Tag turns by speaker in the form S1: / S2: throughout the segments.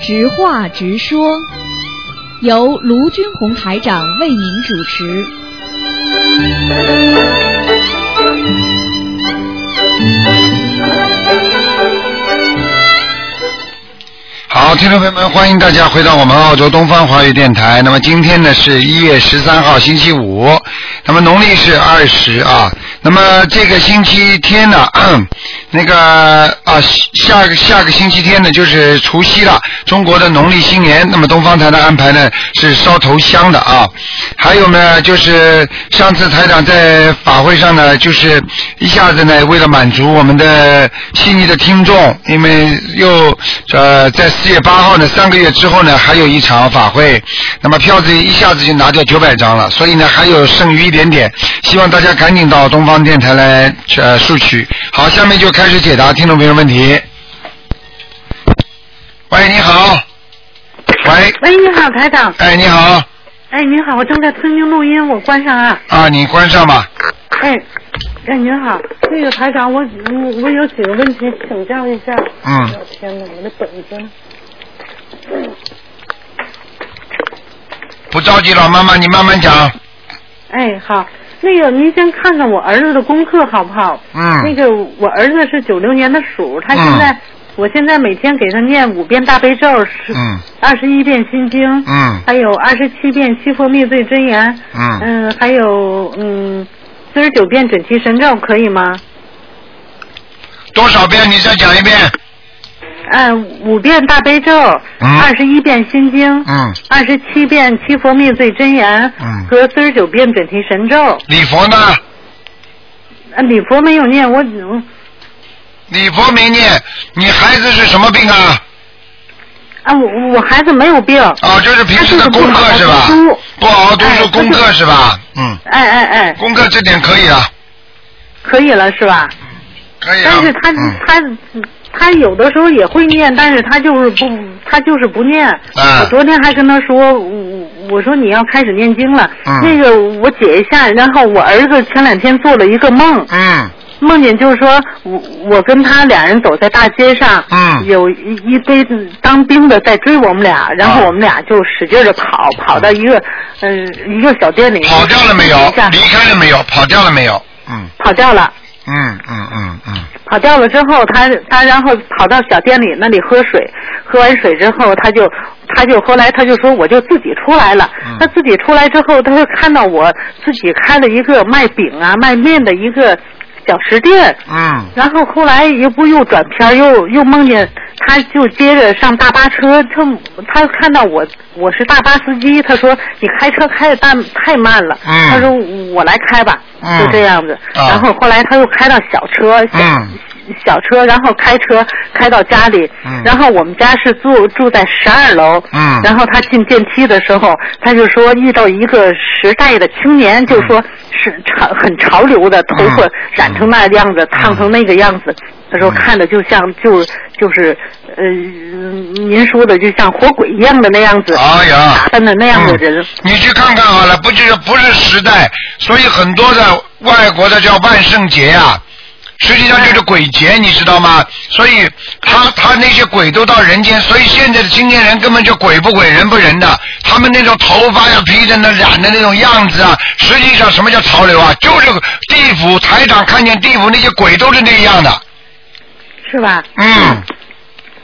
S1: 直话直说，由卢军红台长为您主持。
S2: 好，听众朋友们，欢迎大家回到我们澳洲东方华语电台。那么今天呢是一月十三号，星期五，那么农历是二十啊。那么这个星期天呢， 那个啊下个下个星期天呢就是除夕了，中国的农历新年。那么东方台的安排呢是烧头香的啊。还有呢就是上次台长在法会上呢，就是一下子呢为了满足我们的悉尼的听众，因为又呃在。四月八号呢，三个月之后呢，还有一场法会，那么票子一下子就拿掉九百张了，所以呢还有剩余一点点，希望大家赶紧到东方电台来呃索取。好，下面就开始解答听众朋友问题。喂，你好。喂。
S3: 喂，你好，台长。
S2: 哎，你好。
S3: 哎，你好，我正在听录音，我关上啊。
S2: 啊，你关上吧。
S3: 哎，哎，您好，那个台长，我嗯我我有几个问题请教一下。哎
S2: 嗯。
S3: 天哪，我的本子。
S2: 不着急，老妈妈，你慢慢讲。
S3: 哎，好，那个您先看看我儿子的功课好不好？
S2: 嗯。
S3: 那个我儿子是九六年的鼠，他现在、
S2: 嗯、
S3: 我现在每天给他念五遍大悲咒，十
S2: 嗯，
S3: 二十一遍心经，
S2: 嗯，
S3: 还有二十七遍七佛灭罪真言，
S2: 嗯，
S3: 嗯，还有嗯四十九遍准提神咒，可以吗？
S2: 多少遍？你再讲一遍。
S3: 嗯，五遍大悲咒，二十一遍心经，
S2: 嗯，
S3: 二十七遍七佛灭罪真言，
S2: 嗯
S3: 和四十九遍准提神咒。
S2: 礼佛呢？
S3: 呃礼佛没有念，我只
S2: 礼佛没念，你孩子是什么病啊？
S3: 啊，我我孩子没有病。
S2: 哦，就是平时的功课是吧？不好好读书，功课是吧？嗯，
S3: 哎哎哎，
S2: 功课这点可以了，
S3: 可以了是吧？
S2: 可以了。
S3: 但是他、
S2: 嗯
S3: 他他有的时候也会念，但是他就是不他就是不念。
S2: 啊
S3: 我昨天还跟他说，我我说你要开始念经了。
S2: 嗯
S3: 那个我解一下，然后我儿子前两天做了一个梦，
S2: 嗯
S3: 梦见就是说我我跟他俩人走在大街上，
S2: 嗯
S3: 有一一堆当兵的在追我们俩，然后我们俩就使劲的跑，跑到一个嗯、一个小店里，
S2: 哦跑掉了没有
S3: 一下？
S2: 离开了没有？跑掉了没有？嗯
S3: 跑掉了。
S2: 嗯嗯嗯嗯
S3: 跑掉了之后，他他然后跑到小店里那里喝水，喝完水之后，他就他就后来他就说我就自己出来了。
S2: 嗯
S3: 他自己出来之后，他就看到我自己开了一个卖饼啊卖面的一个小食店。
S2: 嗯
S3: 然后后来又不又转天儿又又梦见他就接着上大巴车，他他看到我我是大巴司机，他说你开车开的太太慢了，
S2: 嗯
S3: 他说我来开吧，
S2: 嗯
S3: 就这样子。
S2: 啊
S3: 然后后来他又开到小车，小、
S2: 嗯
S3: 小车，然后开车开到家里，
S2: 嗯
S3: 然后我们家是住住在十二楼，
S2: 嗯
S3: 然后他进电梯的时候，他就说遇到一个时代的青年，就说是潮很潮流的，头发
S2: 嗯
S3: 染成那样子，烫成那个样子。他说看着就像就就是呃，您说的就像活鬼一样的那样子，
S2: 哎呀
S3: 打扮的那样的人。
S2: 你去看看好了，不就是不是时代，所以很多的外国的叫万圣节啊，实际上就是鬼节，你知道吗？所以他他那些鬼都到人间，所以现在的青年人根本就鬼不鬼人不人的，他们那种头发呀、披着那染的那种样子啊，实际上什么叫潮流啊？就是地府台长看见地府那些鬼都是那样的，
S3: 是吧？
S2: 嗯。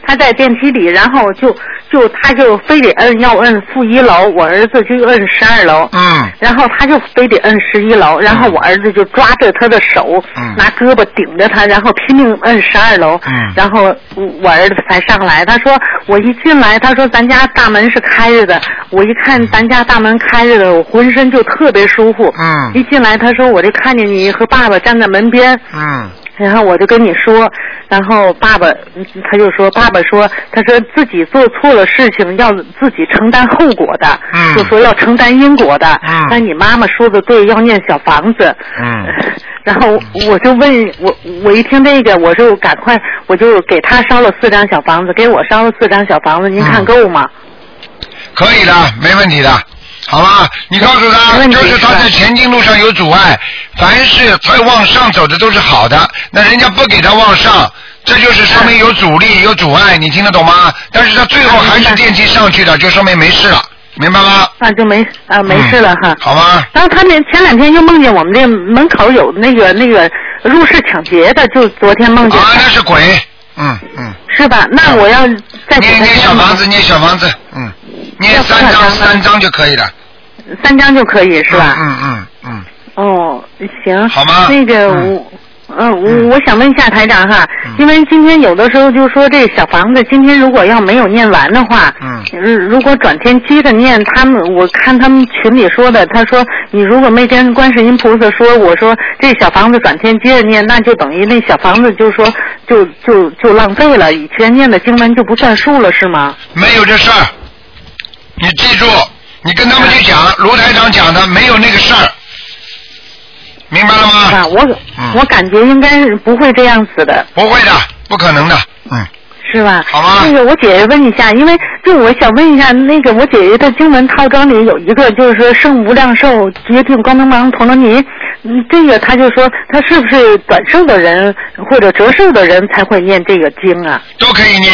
S3: 他在电梯里，然后就就他就非得摁要摁负一楼，我儿子就摁十二楼。
S2: 嗯
S3: 然后他就非得摁十一楼，然后我儿子就抓着他的手，
S2: 嗯
S3: 拿胳膊顶着他，然后拼命摁十二楼，
S2: 嗯
S3: 然后我儿子才上来。他说我一进来，他说咱家大门是开着的，我一看咱家大门开着的，我浑身就特别舒服。
S2: 嗯
S3: 一进来，他说我就看见你和爸爸站在门边，
S2: 嗯
S3: 然后我就跟你说，然后爸爸嗯他就说，爸爸说，他说自己做错了事情要自己承担后果的，
S2: 嗯
S3: 就说要承担因果的。
S2: 嗯
S3: 但你妈妈说的对，要念小房子。
S2: 嗯
S3: 然后我就问我，我一听这个，我就赶快，我就给他烧了四张小房子，给我烧了四张小房子，您看
S2: 嗯
S3: 够吗？
S2: 可以的，没问题的，好吧？你告诉
S3: 没
S2: 他，
S3: 问题
S2: 就是他
S3: 是吧
S2: 在前进路上有阻碍，凡是他往上走的都是好的，那人家不给他往上，这就是说明有阻力、有阻碍，你听得懂吗？但是他最后还是电梯上去的，就说明没事了，明白吗？
S3: 那就没啊，没事了哈
S2: 嗯。好吗？
S3: 然后他那前两天又梦见我们这门口有那个那个入室抢劫的，就昨天梦见
S2: 啊，那是鬼，嗯嗯，
S3: 是吧？那我要再给
S2: 念
S3: 他
S2: 念小
S3: 念
S2: 房子，念小房子，嗯，念三
S3: 要
S2: 张
S3: 多少张呢
S2: 三张就可以了，
S3: 三张就可以是吧？
S2: 嗯嗯嗯
S3: 哦，行，
S2: 好吗
S3: 那个
S2: 嗯
S3: 我。嗯，
S2: 嗯
S3: 我我想问一下台长哈
S2: 嗯，
S3: 因为今天有的时候就说这小房子，今天如果要没有念完的话，
S2: 嗯
S3: 嗯，如果转天接着念，他们我看他们群里说的，他说你如果没跟观世音菩萨说，我说这小房子转天接着念，那就等于那小房子就说就就就浪费了，以前念的经文就不算数了，是吗？
S2: 嗯，没有这事儿，你记住，你跟他们去讲，卢台长讲的没有那个事儿，明白了
S3: 是吧？
S2: 吗？
S3: 啊我、
S2: 嗯
S3: 我感觉应该是不会这样子的。
S2: 不会的，不可能的，嗯，
S3: 是吧？
S2: 好吗
S3: 那个我姐姐问一下，因为就我想问一下，那个我姐姐的经文套装里有一个，就是说圣无量寿决定光明王陀罗尼，嗯，这个他就说他是不是短寿的人或者折寿的人才会念这个经啊？
S2: 都可以念。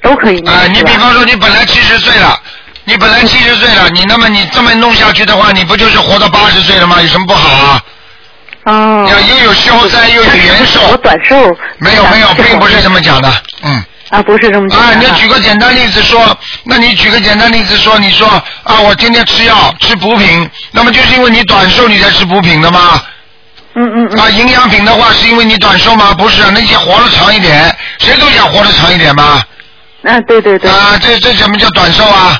S3: 都可以念。
S2: 啊、你
S3: 是吧
S2: 比方说你本来七十岁了，你本来七十岁了，你那么你这么弄下去的话，你不就是活到八十岁了吗？有什么不好啊？
S3: 哦，
S2: 要又有消灾又有延寿，
S3: 我短寿。
S2: 没有没有，并不是这么讲的，嗯。
S3: 啊，不是这么讲的
S2: 啊，你举个简单例子说，那你举个简单例子说，你说啊，我今天吃药吃补品，那么就是因为你短寿你才吃补品的吗？
S3: 嗯嗯嗯
S2: 啊，营养品的话是因为你短寿吗？不是啊，那些活得长一点，谁都想活得长一点吧？
S3: 啊，对对对。
S2: 啊，这这怎么叫短寿啊？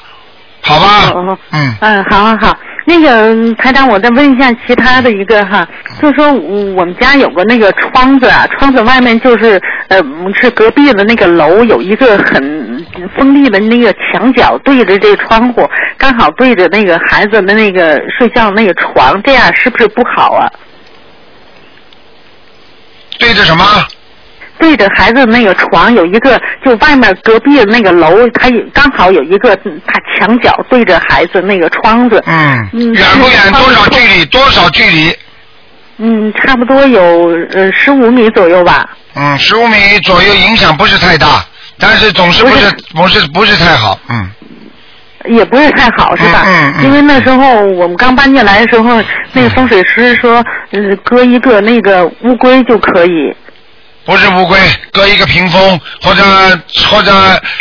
S2: 好吧
S3: 哦哦，
S2: 嗯。
S3: 嗯，好好好，那个嗯台长，我再问一下其他的一个哈，就说嗯我们家有个那个窗子啊，窗子外面就是呃嗯是隔壁的那个楼有一个很锋利的那个墙角对着这窗户，刚好对着那个孩子的那个睡觉那个床，这样是不是不好啊？
S2: 对着什么？
S3: 对啊着孩子那个床有一个，就外面隔壁的那个楼，它也刚好有一个，嗯它墙角对着孩子那个窗子，
S2: 嗯
S3: 嗯
S2: 远不远？多少距离？多少距离？
S3: 嗯，差不多有呃十五米左右吧。
S2: 嗯，十五米左右，影响不是太大，但是总是不是不是不是太好，嗯。
S3: 也不是太好，是吧？
S2: 嗯嗯嗯
S3: 因为那时候我们刚搬进来的时候，那个风水师说，呃，搁一个那个乌龟就可以。
S2: 不是乌龟，搁一个屏风，或者或者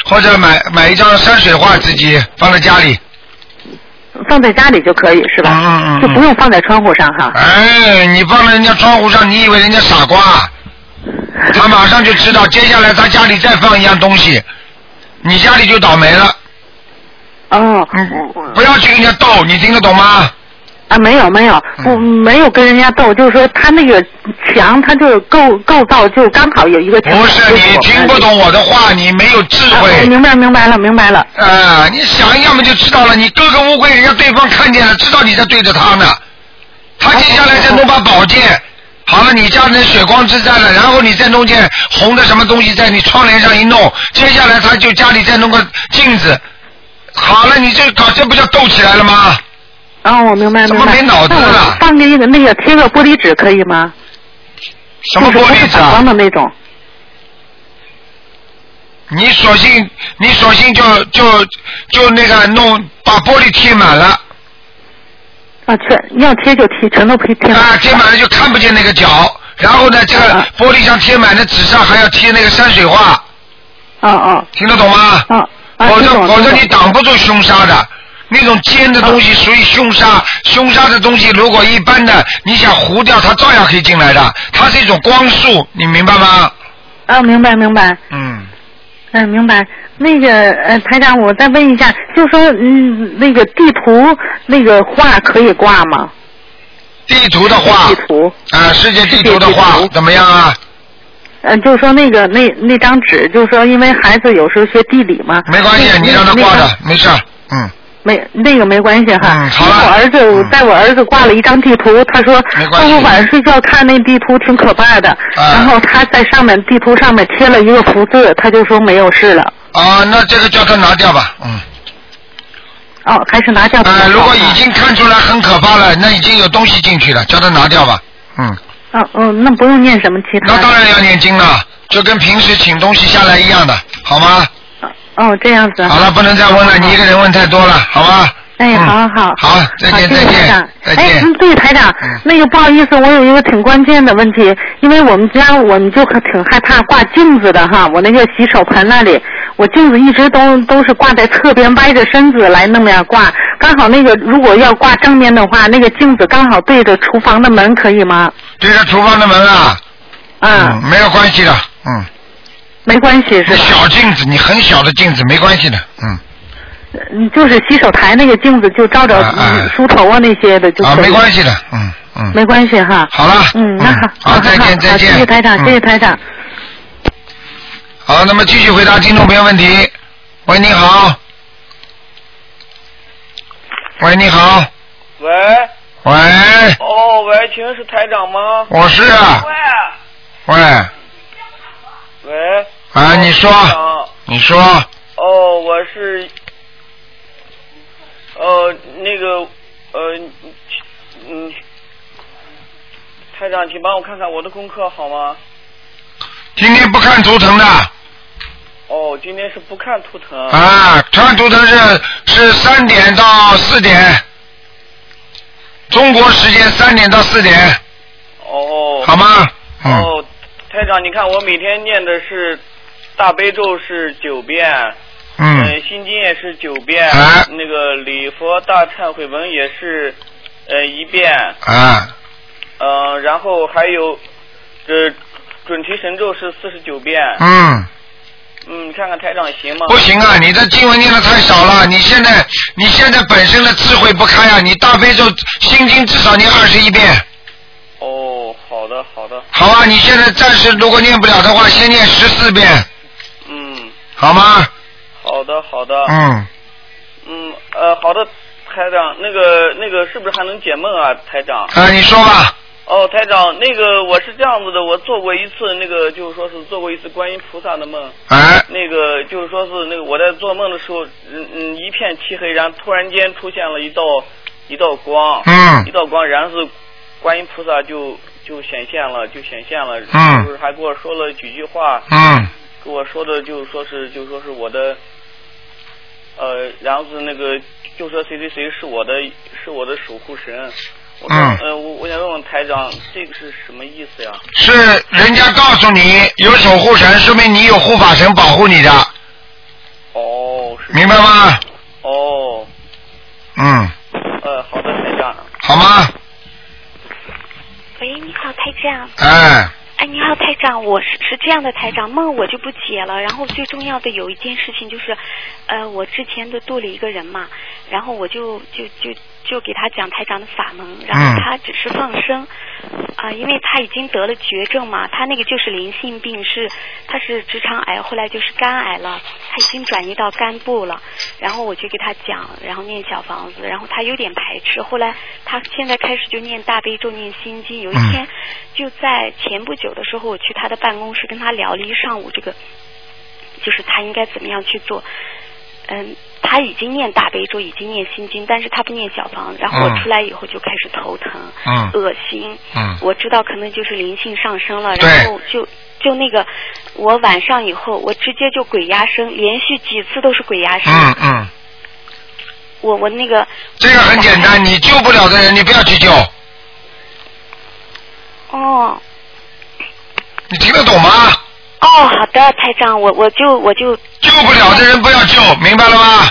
S2: 或者买买一张山水画，自己放在家里。
S3: 放在家里就可以是吧？
S2: 嗯嗯嗯
S3: 就不用放在窗户上哈。
S2: 哎，你放在人家窗户上，你以为人家傻瓜啊？他马上就知道，接下来他家里再放一样东西，你家里就倒霉了。啊
S3: 哦，
S2: 嗯，不要去跟人家斗，你听得懂吗？
S3: 啊，没有没有，
S2: 嗯
S3: 我没有跟人家斗，就是说他那个墙，他就构构造就刚好有一个墙。
S2: 不是你听不。懂我的话，你没有智
S3: 啊，我
S2: 慧。
S3: 明白明白了明白了。
S2: 啊，你想一下嘛就知道了。你割个乌龟，人家对方看见了，知道你在对着他呢。他接下来再弄把宝剑，好了，你家那血光之战了，然后你再弄件红的什么东西在你窗帘上一弄，接下来他就家里再弄个镜子，好了，你这搞这不叫斗起来了吗？
S3: 哦，我明白
S2: 怎
S3: 明
S2: 么
S3: 白。
S2: 没脑子啊
S3: 那我
S2: 了
S3: 放个那个那个贴个玻璃纸可以吗？
S2: 什么玻璃纸
S3: 就是不是反
S2: 啊
S3: 光？的那种。
S2: 你索性你索性就就就那个弄把玻璃贴满了
S3: 啊，全要贴就贴，全都贴贴满。
S2: 啊，贴满了就看不见那个角。然后呢，这个
S3: 啊
S2: 玻璃上贴满的纸上还要贴那个山水画。
S3: 哦哦
S2: 听得懂吗？
S3: 哦。啊，
S2: 否则
S3: 听懂
S2: 否则
S3: 听懂啊
S2: 你挡不住凶杀的，那种尖的东西属于凶杀，凶杀的东西如果一般的你想糊掉，它照样可以进来的，它是一种光束，你明白吗？
S3: 啊，明白明白，
S2: 嗯，
S3: 嗯、明白。那个呃，台长，我再问一下，就说嗯，那个地图那个画可以挂吗？
S2: 地图的话
S3: 地，图，
S2: 啊，世界地图的
S3: 世界
S2: 话
S3: 地图
S2: 怎么样啊？
S3: 呃，就说那个那那张纸，就说因为孩子有时候学地理嘛，
S2: 没关系
S3: 那，
S2: 你让他
S3: 那
S2: 挂
S3: 那
S2: 着，没事儿。嗯，
S3: 没那个没关系哈。
S2: 嗯好了
S3: 我儿子，我
S2: 嗯
S3: 带我儿子挂了一张地图，他说
S2: 没关系
S3: 他
S2: 嗯
S3: 说晚上睡觉看那地图挺可怕的，然后他在上面地图上面贴了一个福字，他就说没有事了。
S2: 啊，那这个叫他拿掉吧。嗯，
S3: 哦，还是拿掉比较
S2: 啊，
S3: 好
S2: 如果已
S3: 哈
S2: 经看出来很可怕了，那已经有东西进去了，叫他拿掉吧。嗯，
S3: 哦哦，那不用念什么其他
S2: 那
S3: 的。
S2: 当然要念经了，就跟平时请东西下来一样的，好吗？
S3: 哦，这样子。
S2: 好了，不能再问了，你一个人问太多了，好吗？
S3: 哎，
S2: 嗯
S3: 好好
S2: 好再见
S3: 谢谢
S2: 再见
S3: 台长
S2: 再见
S3: 哎，嗯对，台长
S2: 嗯，
S3: 那个不好意思，我有一个挺关键的问题，因为我们家我们就可挺害怕挂镜子的哈，我那个洗手盆那里，我镜子一直都都是挂在侧边，歪着身子来那么样挂，刚好那个如果要挂正面的话，那个镜子刚好对着厨房的门，可以吗？
S2: 对着厨房的门啊，
S3: 啊，
S2: 嗯，没有关系的，嗯，
S3: 没关系是
S2: 那
S3: 吧？
S2: 小镜子，你很小的镜子没关系的，嗯，
S3: 嗯就是洗手台那个镜子就照着
S2: 啊啊
S3: 嗯梳头啊那些的就
S2: 啊，
S3: 可以，
S2: 没关系的，嗯嗯，
S3: 没关系哈。
S2: 好了，
S3: 嗯，那好，
S2: 好，再见再见，
S3: 谢谢台长，
S2: 嗯
S3: 谢谢台长。
S2: 好，那么继续回答听众朋友问题。喂，你好。喂，你好。
S4: 喂，
S2: 喂，
S4: 哦，喂，请问是台长吗？
S2: 我是啊。
S4: 喂，
S2: 喂，
S4: 喂，
S2: 啊，你说，
S4: 台长
S2: 你说，
S4: 哦，我是，呃，那个，呃，嗯，台长，请帮我看看我的功课好吗？
S2: 今天不看图腾的
S4: 哦，今天是不看图腾。
S2: 啊？看图腾是是三点到四点，中国时间三点到四点，
S4: 哦。
S2: 好吗？嗯，
S4: 哦，台长，你看我每天念的是大悲咒是九遍，呃，
S2: 嗯，
S4: 心经也是九遍，
S2: 哎
S4: 那个礼佛大忏悔文也是呃一遍，
S2: 啊，
S4: 呃，然后还有这准提神咒是四十九遍，哦
S2: 嗯。
S4: 嗯，你看看台长行吗？
S2: 不行啊，你的经文念的太少了。你现在你现在本身的智慧不开啊，你大悲咒心经至少念二十一遍，
S4: 哦，好的好的，
S2: 好吧？你现在暂时如果念不了的话，先念十四遍，
S4: 嗯，
S2: 好吗？
S4: 好的好的，
S2: 嗯，
S4: 嗯呃好的，台长，那个那个是不是还能解梦啊，台长？
S2: 啊，你说吧，
S4: 哦，台长，那个我是这样子的，我做过一次那个，就是说是做过一次观音菩萨的梦，
S2: 哎，
S4: 那个就是说是那个我在做梦的时候，嗯嗯，一片漆黑，然后突然间出现了一道一道光，
S2: 嗯
S4: 一道光，然后是观音菩萨就就显现了，就显现了，
S2: 嗯
S4: 就是还跟我说了几句话，
S2: 嗯
S4: 跟我说的就是说是就是说是我的，呃，然后是那个就说谁谁谁是我的是我的守护神。我说
S2: 嗯
S4: 呃，我我想问问台长，这个是什么意思呀？
S2: 是人家告诉你有守护神，说明你有护法神保护你的，
S4: 哦，是
S2: 明白吗？
S4: 哦，
S2: 嗯，
S4: 呃，好的，台长。
S2: 好吗？
S5: 喂，你好，台长。
S2: 哎，
S5: 哎，你好，台长，我是是这样的，台长，梦我就不解了。然后最重要的有一件事情就是，呃，我之前都度了一个人嘛，然后我就就就就给他讲台长的法门，然后他只是放生，啊、因为他已经得了绝症嘛，他那个就是灵性病，是他是直肠癌，后来就是肝癌了，他已经转移到肝部了。然后我就给他讲，然后念小房子，然后他有点排斥，后来他现在开始就念大悲咒、念心经。有一
S2: 嗯
S5: 天就在前不久的时候，我去他的办公室跟他聊了一上午，这个就是他应该怎么样去做。嗯，他已经念大悲咒，已经念心经，但是他不念小房子。然后我
S2: 嗯
S5: 出来以后就开始头疼、
S2: 嗯
S5: 恶心。
S2: 嗯
S5: 我知道可能就是灵性上升了，
S2: 对
S5: 然后就就那个，我晚上以后我直接就鬼压身，连续几次都是鬼压身。
S2: 嗯嗯，
S5: 我我那个
S2: 这个很简单，你救不了的人，你不要去救，
S5: 哦
S2: 你听得懂吗？
S5: 哦，好的，台长，我我就我就
S2: 救不了的人不要救，明白了吗？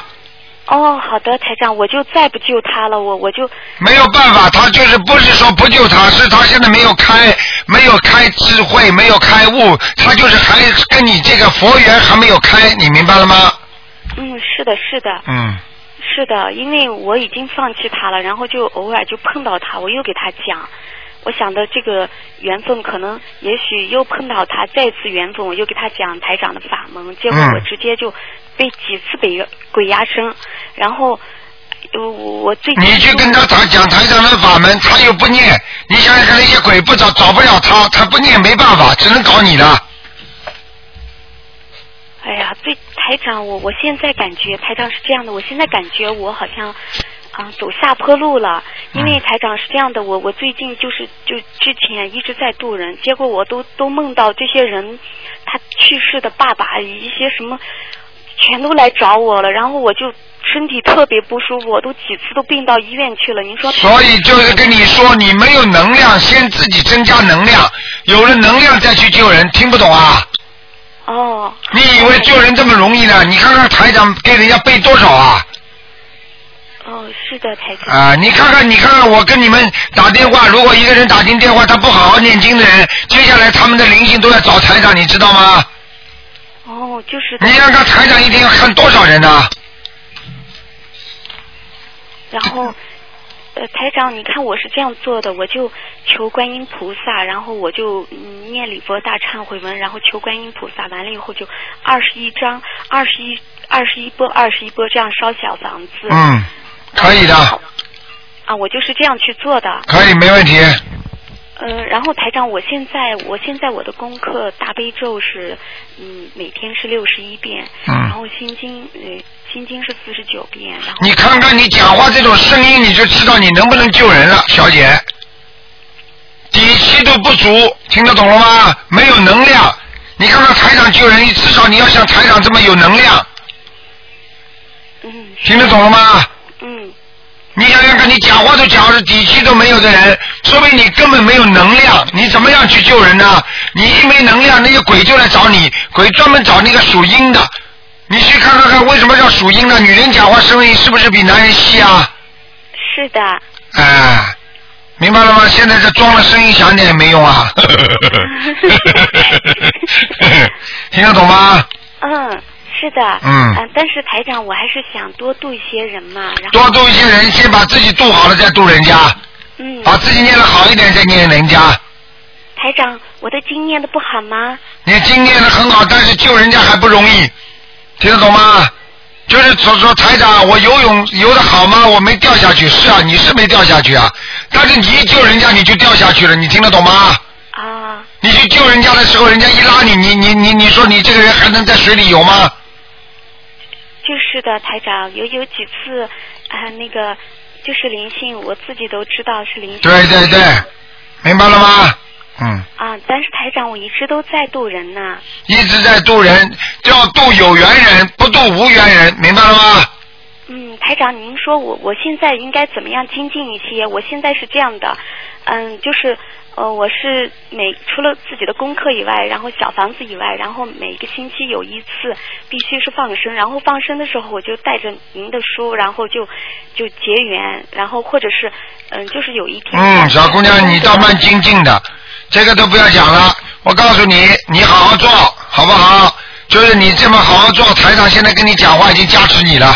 S5: 哦，好的，台长，我就再不救他了，我我就
S2: 没有办法，他就是不是说不救他，是他现在没有开，没有开智慧，没有开悟，他就是还跟你这个佛缘还没有开，你明白了吗？
S5: 嗯，是的，是的，
S2: 嗯，
S5: 是的，因为我已经放弃他了，然后就偶尔就碰到他，我又给他讲。我想的这个缘分，可能也许又碰到他，再次缘分，我又给他讲台长的法门，结果
S2: 嗯
S5: 我直接就被几次被鬼压身，然后呃我我最 近
S2: 你去跟他谈讲台上的法门，他又不念，你想想看，那些鬼不找找不了他，他不念没办法，只能搞你了。
S5: 哎呀，对台长，我我现在感觉台长是这样的，我现在感觉我好像，啊，走下坡路
S2: 嗯
S5: 了。嗯因为台长是这样的，我我最近就是就之前一直在渡人，结果我都都梦到这些人，他去世的爸爸一些什么，全都来找我了，然后我就身体特别不舒服，我都几次都病到医院去了。您说，
S2: 所以就是跟你说，你没有能量，先自己增加能量，有了能量再去救人，听不懂啊？
S5: 哦，
S2: 你以为救人这么容易呢？你看看台长给人家背多少啊？
S5: 哦，是的，台长。
S2: 啊，你看看，你看看，我跟你们打电话，如果一个人打进电话，他不好好念经的人，接下来他们的灵性都要找台长，你知道吗？
S5: 哦，就是的
S2: 你让他台长一天要看多少人呢、
S5: 然后，呃，台长，你看我是这样做的，我就求观音菩萨，然后我就嗯念礼佛大忏悔文，然后求观音菩萨，完了以后就二十一章，二十一二十一波，二十一波这样烧小房子。
S2: 嗯，可以的，
S5: 啊，我就是这样去做的。
S2: 可以，没问题。
S5: 呃，然后台长，我现在我现在我的功课大悲咒是，嗯，每天是六十一遍，
S2: 嗯
S5: 然后心经，呃，心经是四十九遍，然后
S2: 你看看你讲话这种声音，你就知道你能不能救人了，小姐。底气都不足，听得懂了吗？没有能量。你看看台长救人，至少你要像台长这么有能量，
S5: 嗯
S2: 听得懂了吗？
S5: 嗯
S2: 你想想看，你讲话都讲是底气都没有的人，说明你根本没有能量。你怎么样去救人呢？你一没能量，那个鬼就来找你，鬼专门找那个属阴的。你去看看看，为什么叫属阴呢？女人讲话声音是不是比男人细啊？
S5: 是的，
S2: 哎，明白了吗？现在这装了声音响点也没用啊。听得懂吗？
S5: 嗯，是的，
S2: 嗯
S5: 呃但是台长，我还是想多度一些人嘛，然后，
S2: 多度一些人，先把自己度好了再度人家，
S5: 嗯，
S2: 把自己念的好一点再念人家。
S5: 台长，我的经念的不好吗？
S2: 你经念的很好，但是救人家还不容易，听得懂吗？就是所说台长，我游泳游的好吗？我没掉下去，是啊，你是没掉下去啊，但是你一救人家你就掉下去了，你听得懂吗？
S5: 啊，
S2: 你去救人家的时候，人家一拉你，你你你你说你这个人还能在水里游吗？
S5: 就是的，台长，有有几次啊、那个就是灵性，我自己都知道是灵性。
S2: 对对对，明白了吗？嗯，
S5: 啊，但是台长，我一直都在度人呢。
S2: 一直在渡人，要渡有缘人，不渡无缘人，明白了吗？
S5: 嗯，台长，您说我我现在应该怎么样精进一些？我现在是这样的，嗯，就是呃，我是每除了自己的功课以外，然后小房子以外，然后每个星期有一次必须是放生，然后放生的时候我就带着您的书，然后就就结缘，然后或者是嗯，就是有一天
S2: 嗯，小姑娘，你倒蛮精进的，这个都不要讲了。我告诉你，你好好做，好不好？就是你这么好好做，台长现在跟你讲话已经加持你了，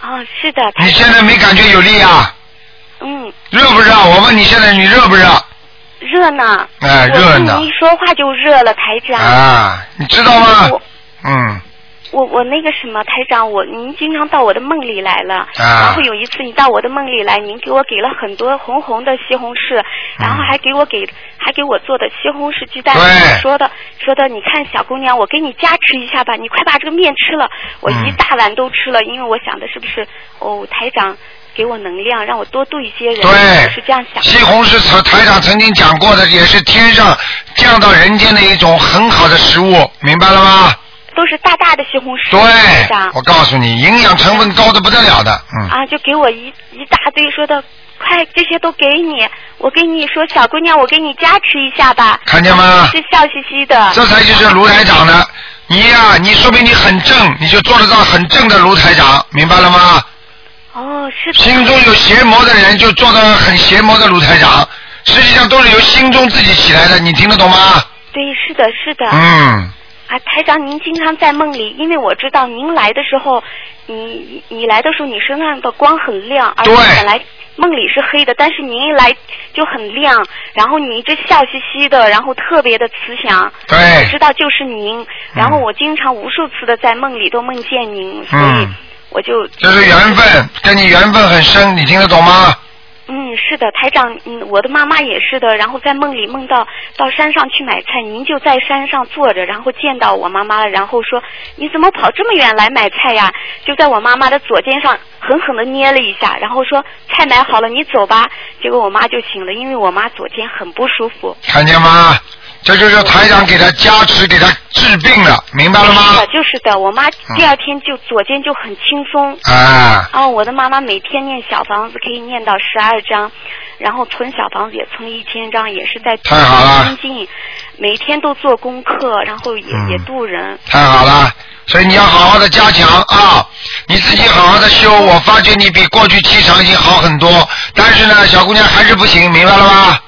S5: 啊、是的，台
S2: 你
S5: 长
S2: 现在没感觉有力啊？
S5: 嗯，
S2: 热不热？我问你现在你热不热？
S5: 热呢，
S2: 哎，热
S5: 我嗯
S2: 呢
S5: 听您一。说话就热了，台长。
S2: 啊，你知道吗
S5: 我？
S2: 嗯，
S5: 我我那个什么台长，我您经常到我的梦里来了，
S2: 啊
S5: 然后有一次你到我的梦里来，您给我给了很多红红的西红柿，然后还给我给还给我做的西红柿鸡蛋，
S2: 嗯对
S5: 说的说的，你看小姑娘，我给你加持一下吧，你快把这个面吃了，我
S2: 嗯
S5: 一大碗都吃了，因为我想的是不是哦台长给我能量，让我多度一些人，
S2: 对
S5: 我是这样想的，
S2: 西红柿台台长曾经讲过的，也是天上降到人间的一种很好的食物，明白了吗？
S5: 都是大大的西红柿，
S2: 对
S5: 台长，
S2: 我告诉你，营养成分高的不得了的，嗯。
S5: 啊，就给我一一大堆，说的快，这些都给你，我跟你说，小姑娘，我给你加持一下吧。啊
S2: 看见吗
S5: 是笑嘻嘻的。
S2: 这才就是卢台长呢。你呀、你说明你很正，你就做得到很正的卢台长，明白了吗？
S5: 哦，是的。
S2: 心中有邪魔的人就做到很邪魔的卢台长，实际上都是由心中自己起来的，你听得懂吗？
S5: 对，是的，是的。
S2: 嗯，
S5: 啊，台长，您经常在梦里，因为我知道您来的时候，你你来的时候，你身上的光很亮，而且
S2: 对
S5: 本来梦里是黑的，但是您一来就很亮，然后你一直笑嘻嘻的，然后特别的慈祥。我知
S2: 对，
S5: 道就是您，然后我经常无数次的在梦里都梦见您，所以
S2: 嗯
S5: 我就
S2: 这是缘分，跟你缘分很深，你听得懂吗？
S5: 嗯，嗯，是的，台长，嗯，我的妈妈也是的。然后在梦里梦到到山上去买菜，您就在山上坐着，然后见到我妈妈了，然后说你怎么跑这么远来买菜呀？就在我妈妈的左肩上狠狠的捏了一下，然后说菜买好了，你走吧。结果我妈就醒了，因为我妈左肩很不舒服。
S2: 看见吗？这就是台长给他加持，给他治病了，明白了
S5: 是
S2: 吗
S5: 的，？就是的，我妈第二天就左肩就很轻松。
S2: 啊，
S5: 哦，我的妈妈每天念小房子可以念到十二章，然后存小房子也存一千张，也是在
S2: 太好了
S5: 精进，每天都做功课，然后
S2: 嗯
S5: 也、也度人。
S2: 太好了，所以你要好好的加强啊，你自己好好的修。我发觉你比过去气场已经好很多，但是呢，小姑娘还是不行，明白了吗？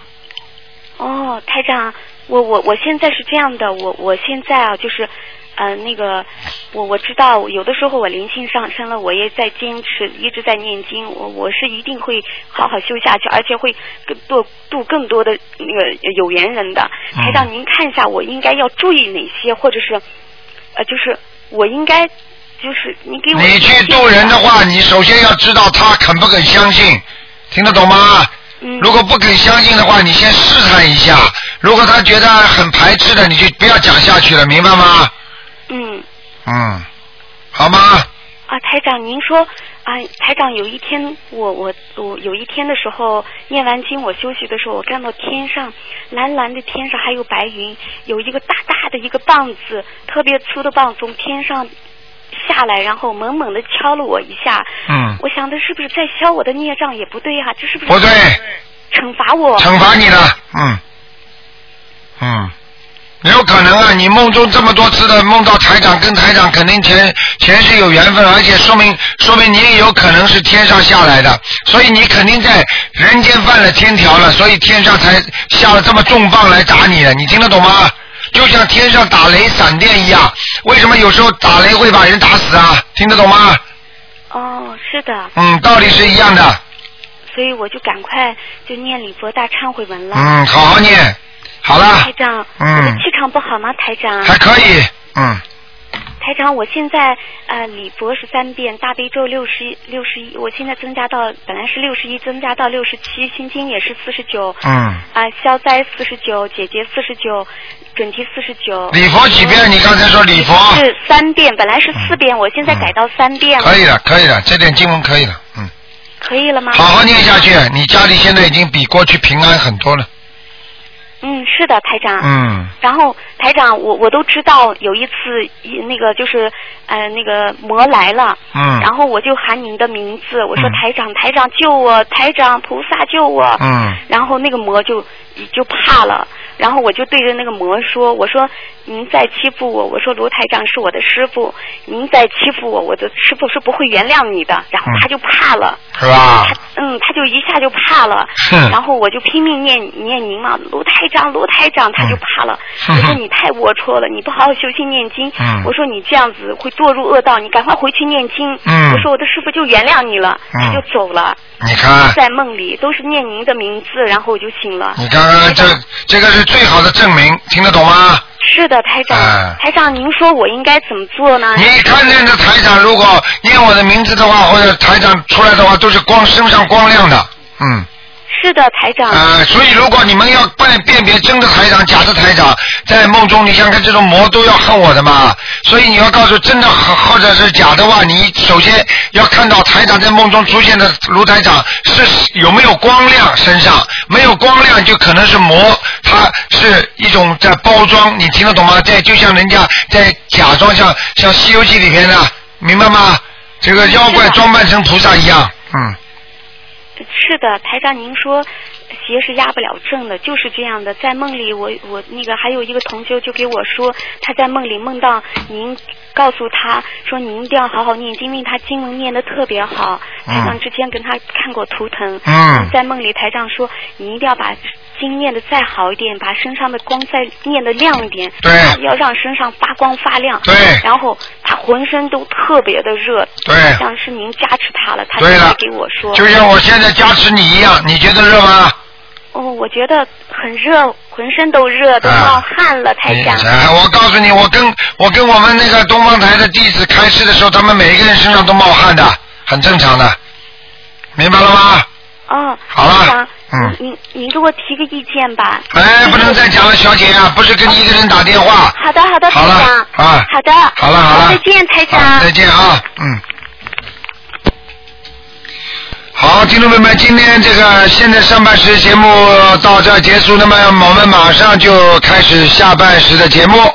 S5: 哦，台长，我我我现在是这样的，我我现在啊，就是，呃，那个，我我知道，有的时候我灵性上升了，我也在坚持，一直在念经，我我是一定会好好修下去，而且会更多度更多的那个有缘人的。
S2: 嗯
S5: 台长，您看一下，我应该要注意哪些，或者是，呃，就是我应该，就是你给我
S2: 你去渡人的话，你首先要知道他肯不肯相信，听得懂吗？
S5: 嗯
S2: 如果不肯相信的话，你先试探一下。如果他觉得很排斥的，你就不要讲下去了，明白吗？
S5: 嗯。
S2: 嗯，好吗？
S5: 啊，台长，您说啊，台长，有一天我我我有一天的时候念完经，我休息的时候，我看到天上蓝蓝的天上还有白云，有一个大大的一个棒子，特别粗的棒从天上下来，然后猛猛的敲了我一下。
S2: 嗯，
S5: 我想的是不是在消我的孽障也不对啊，这是不是
S2: 不对，
S5: 惩罚我？
S2: 惩罚你了。嗯，嗯，有可能啊！你梦中这么多次的梦到台长，跟台长肯定前前世有缘分，而且说明说明你也有可能是天上下来的，所以你肯定在人间犯了天条了，所以天上才下了这么重磅来打你的，你听得懂吗？就像天上打雷闪电一样，为什么有时候打雷会把人打死啊？听得懂吗？
S5: 哦，是的，
S2: 嗯，道理是一样的。
S5: 所以我就赶快就念礼佛大忏悔文了。
S2: 嗯，好好念，好了
S5: 台，长，我的
S2: 嗯
S5: 气场不好吗？哎台长。
S2: 还可以，嗯。
S5: 台长，我现在呃礼佛十三遍，大悲咒六十一六十一，我现在增加到本来是六十一，增加到六十七，心经也是四十九，
S2: 嗯，
S5: 啊消灾四十九，解结四十九，准提四十九。
S2: 礼佛几遍？你刚才说礼佛，嗯
S5: 是三遍，本来是四遍，我现在改到三遍了，
S2: 可以了，可以了，这点经文可以了，嗯，
S5: 可以了吗？
S2: 好好念下去，你家里现在已经比过去平安很多了，
S5: 嗯，是的，台长。
S2: 嗯，
S5: 然后台长，我我都知道有一次一那个就是呃那个魔来了，
S2: 嗯
S5: 然后我就喊您的名字，我说
S2: 嗯
S5: 台长，台长救我，台长菩萨救我，
S2: 嗯，
S5: 然后那个魔就就怕了，然后我就对着那个魔说，我说您再欺负我，我说卢台长是我的师傅，您再欺负我，我的师傅是不会原谅你的，然后
S2: 嗯
S5: 他就怕了。
S2: 是吧？
S5: 他嗯，他就一下就怕了，
S2: 哼
S5: 然后我就拼命念念您嘛，卢台长，卢台长，他就怕了。
S2: 嗯
S5: 我说你太龌龊了，你不好好修心念经，
S2: 嗯
S5: 我说你这样子会堕入恶道，你赶快回去念经。
S2: 嗯
S5: 我说我的师傅就原谅你了，
S2: 嗯
S5: 他就走了，
S2: 你看，
S5: 在梦里都是念您的名字，然后我就醒了。
S2: 你看看这这个是最好的证明，听得懂吗？
S5: 是的，台长，
S2: 哎
S5: 台长，您说我应该怎么做呢？
S2: 你看见这台长，如果念我的名字的话，或者台长出来的话，都是光身上光亮的，嗯。
S5: 是的，台长。
S2: 呃，所以如果你们要辨辨别真的台长、假的台长，在梦中，你想看这种魔都要恨我的嘛？所以你要告诉真的和或者是假的话，你首先要看到台长在梦中出现的卢台长是有没有光亮身上，没有光亮就可能是魔，它是一种在包装，你听得懂吗？在就像人家在假装像像《西游记》里面的，明白吗？这个妖怪装扮成菩萨一样，嗯。
S5: 是的，台长，您说邪是压不了正的，就是这样的。在梦里我，我那个还有一个同修就给我说，他在梦里梦到您告诉他说您一定要好好念经，因为他经文念得特别
S2: 嗯
S5: 好。台长之前跟他看过图腾，
S2: 嗯
S5: 在梦里台长说你一定要把经念得再好一点，把身上的光再念得亮一点，
S2: 对
S5: 要让身上发光发亮。
S2: 嗯对
S5: 然后他浑身都特别的热，
S2: 对
S5: 像是您加持他了，他就
S2: 嗯对了
S5: 给我说，
S2: 就像我现在加持你一样，你觉得热吗？
S5: 哦，我觉得很热，浑身都热，
S2: 啊
S5: 都冒汗了，台长。
S2: 哎，我告诉你，我跟我跟我们那个东方台的弟子开示的时候，他们每一个人身上都冒汗的，很正常的，明白了吗？
S5: 哦，哦，
S2: 好了
S5: 台长，
S2: 嗯
S5: 您您给我提个意见吧。
S2: 哎，不能再讲了，小姐呀、不是跟你一个人打电话。
S5: 好的，好的，
S2: 好
S5: 台
S2: 了
S5: 长。
S2: 啊
S5: 好的。
S2: 好了好了
S5: 再见，台长。
S2: 好，再见啊，嗯。好，听众朋友们，今天这个现在上半时节目到这儿结束，那么我们马上就开始下半时的节目。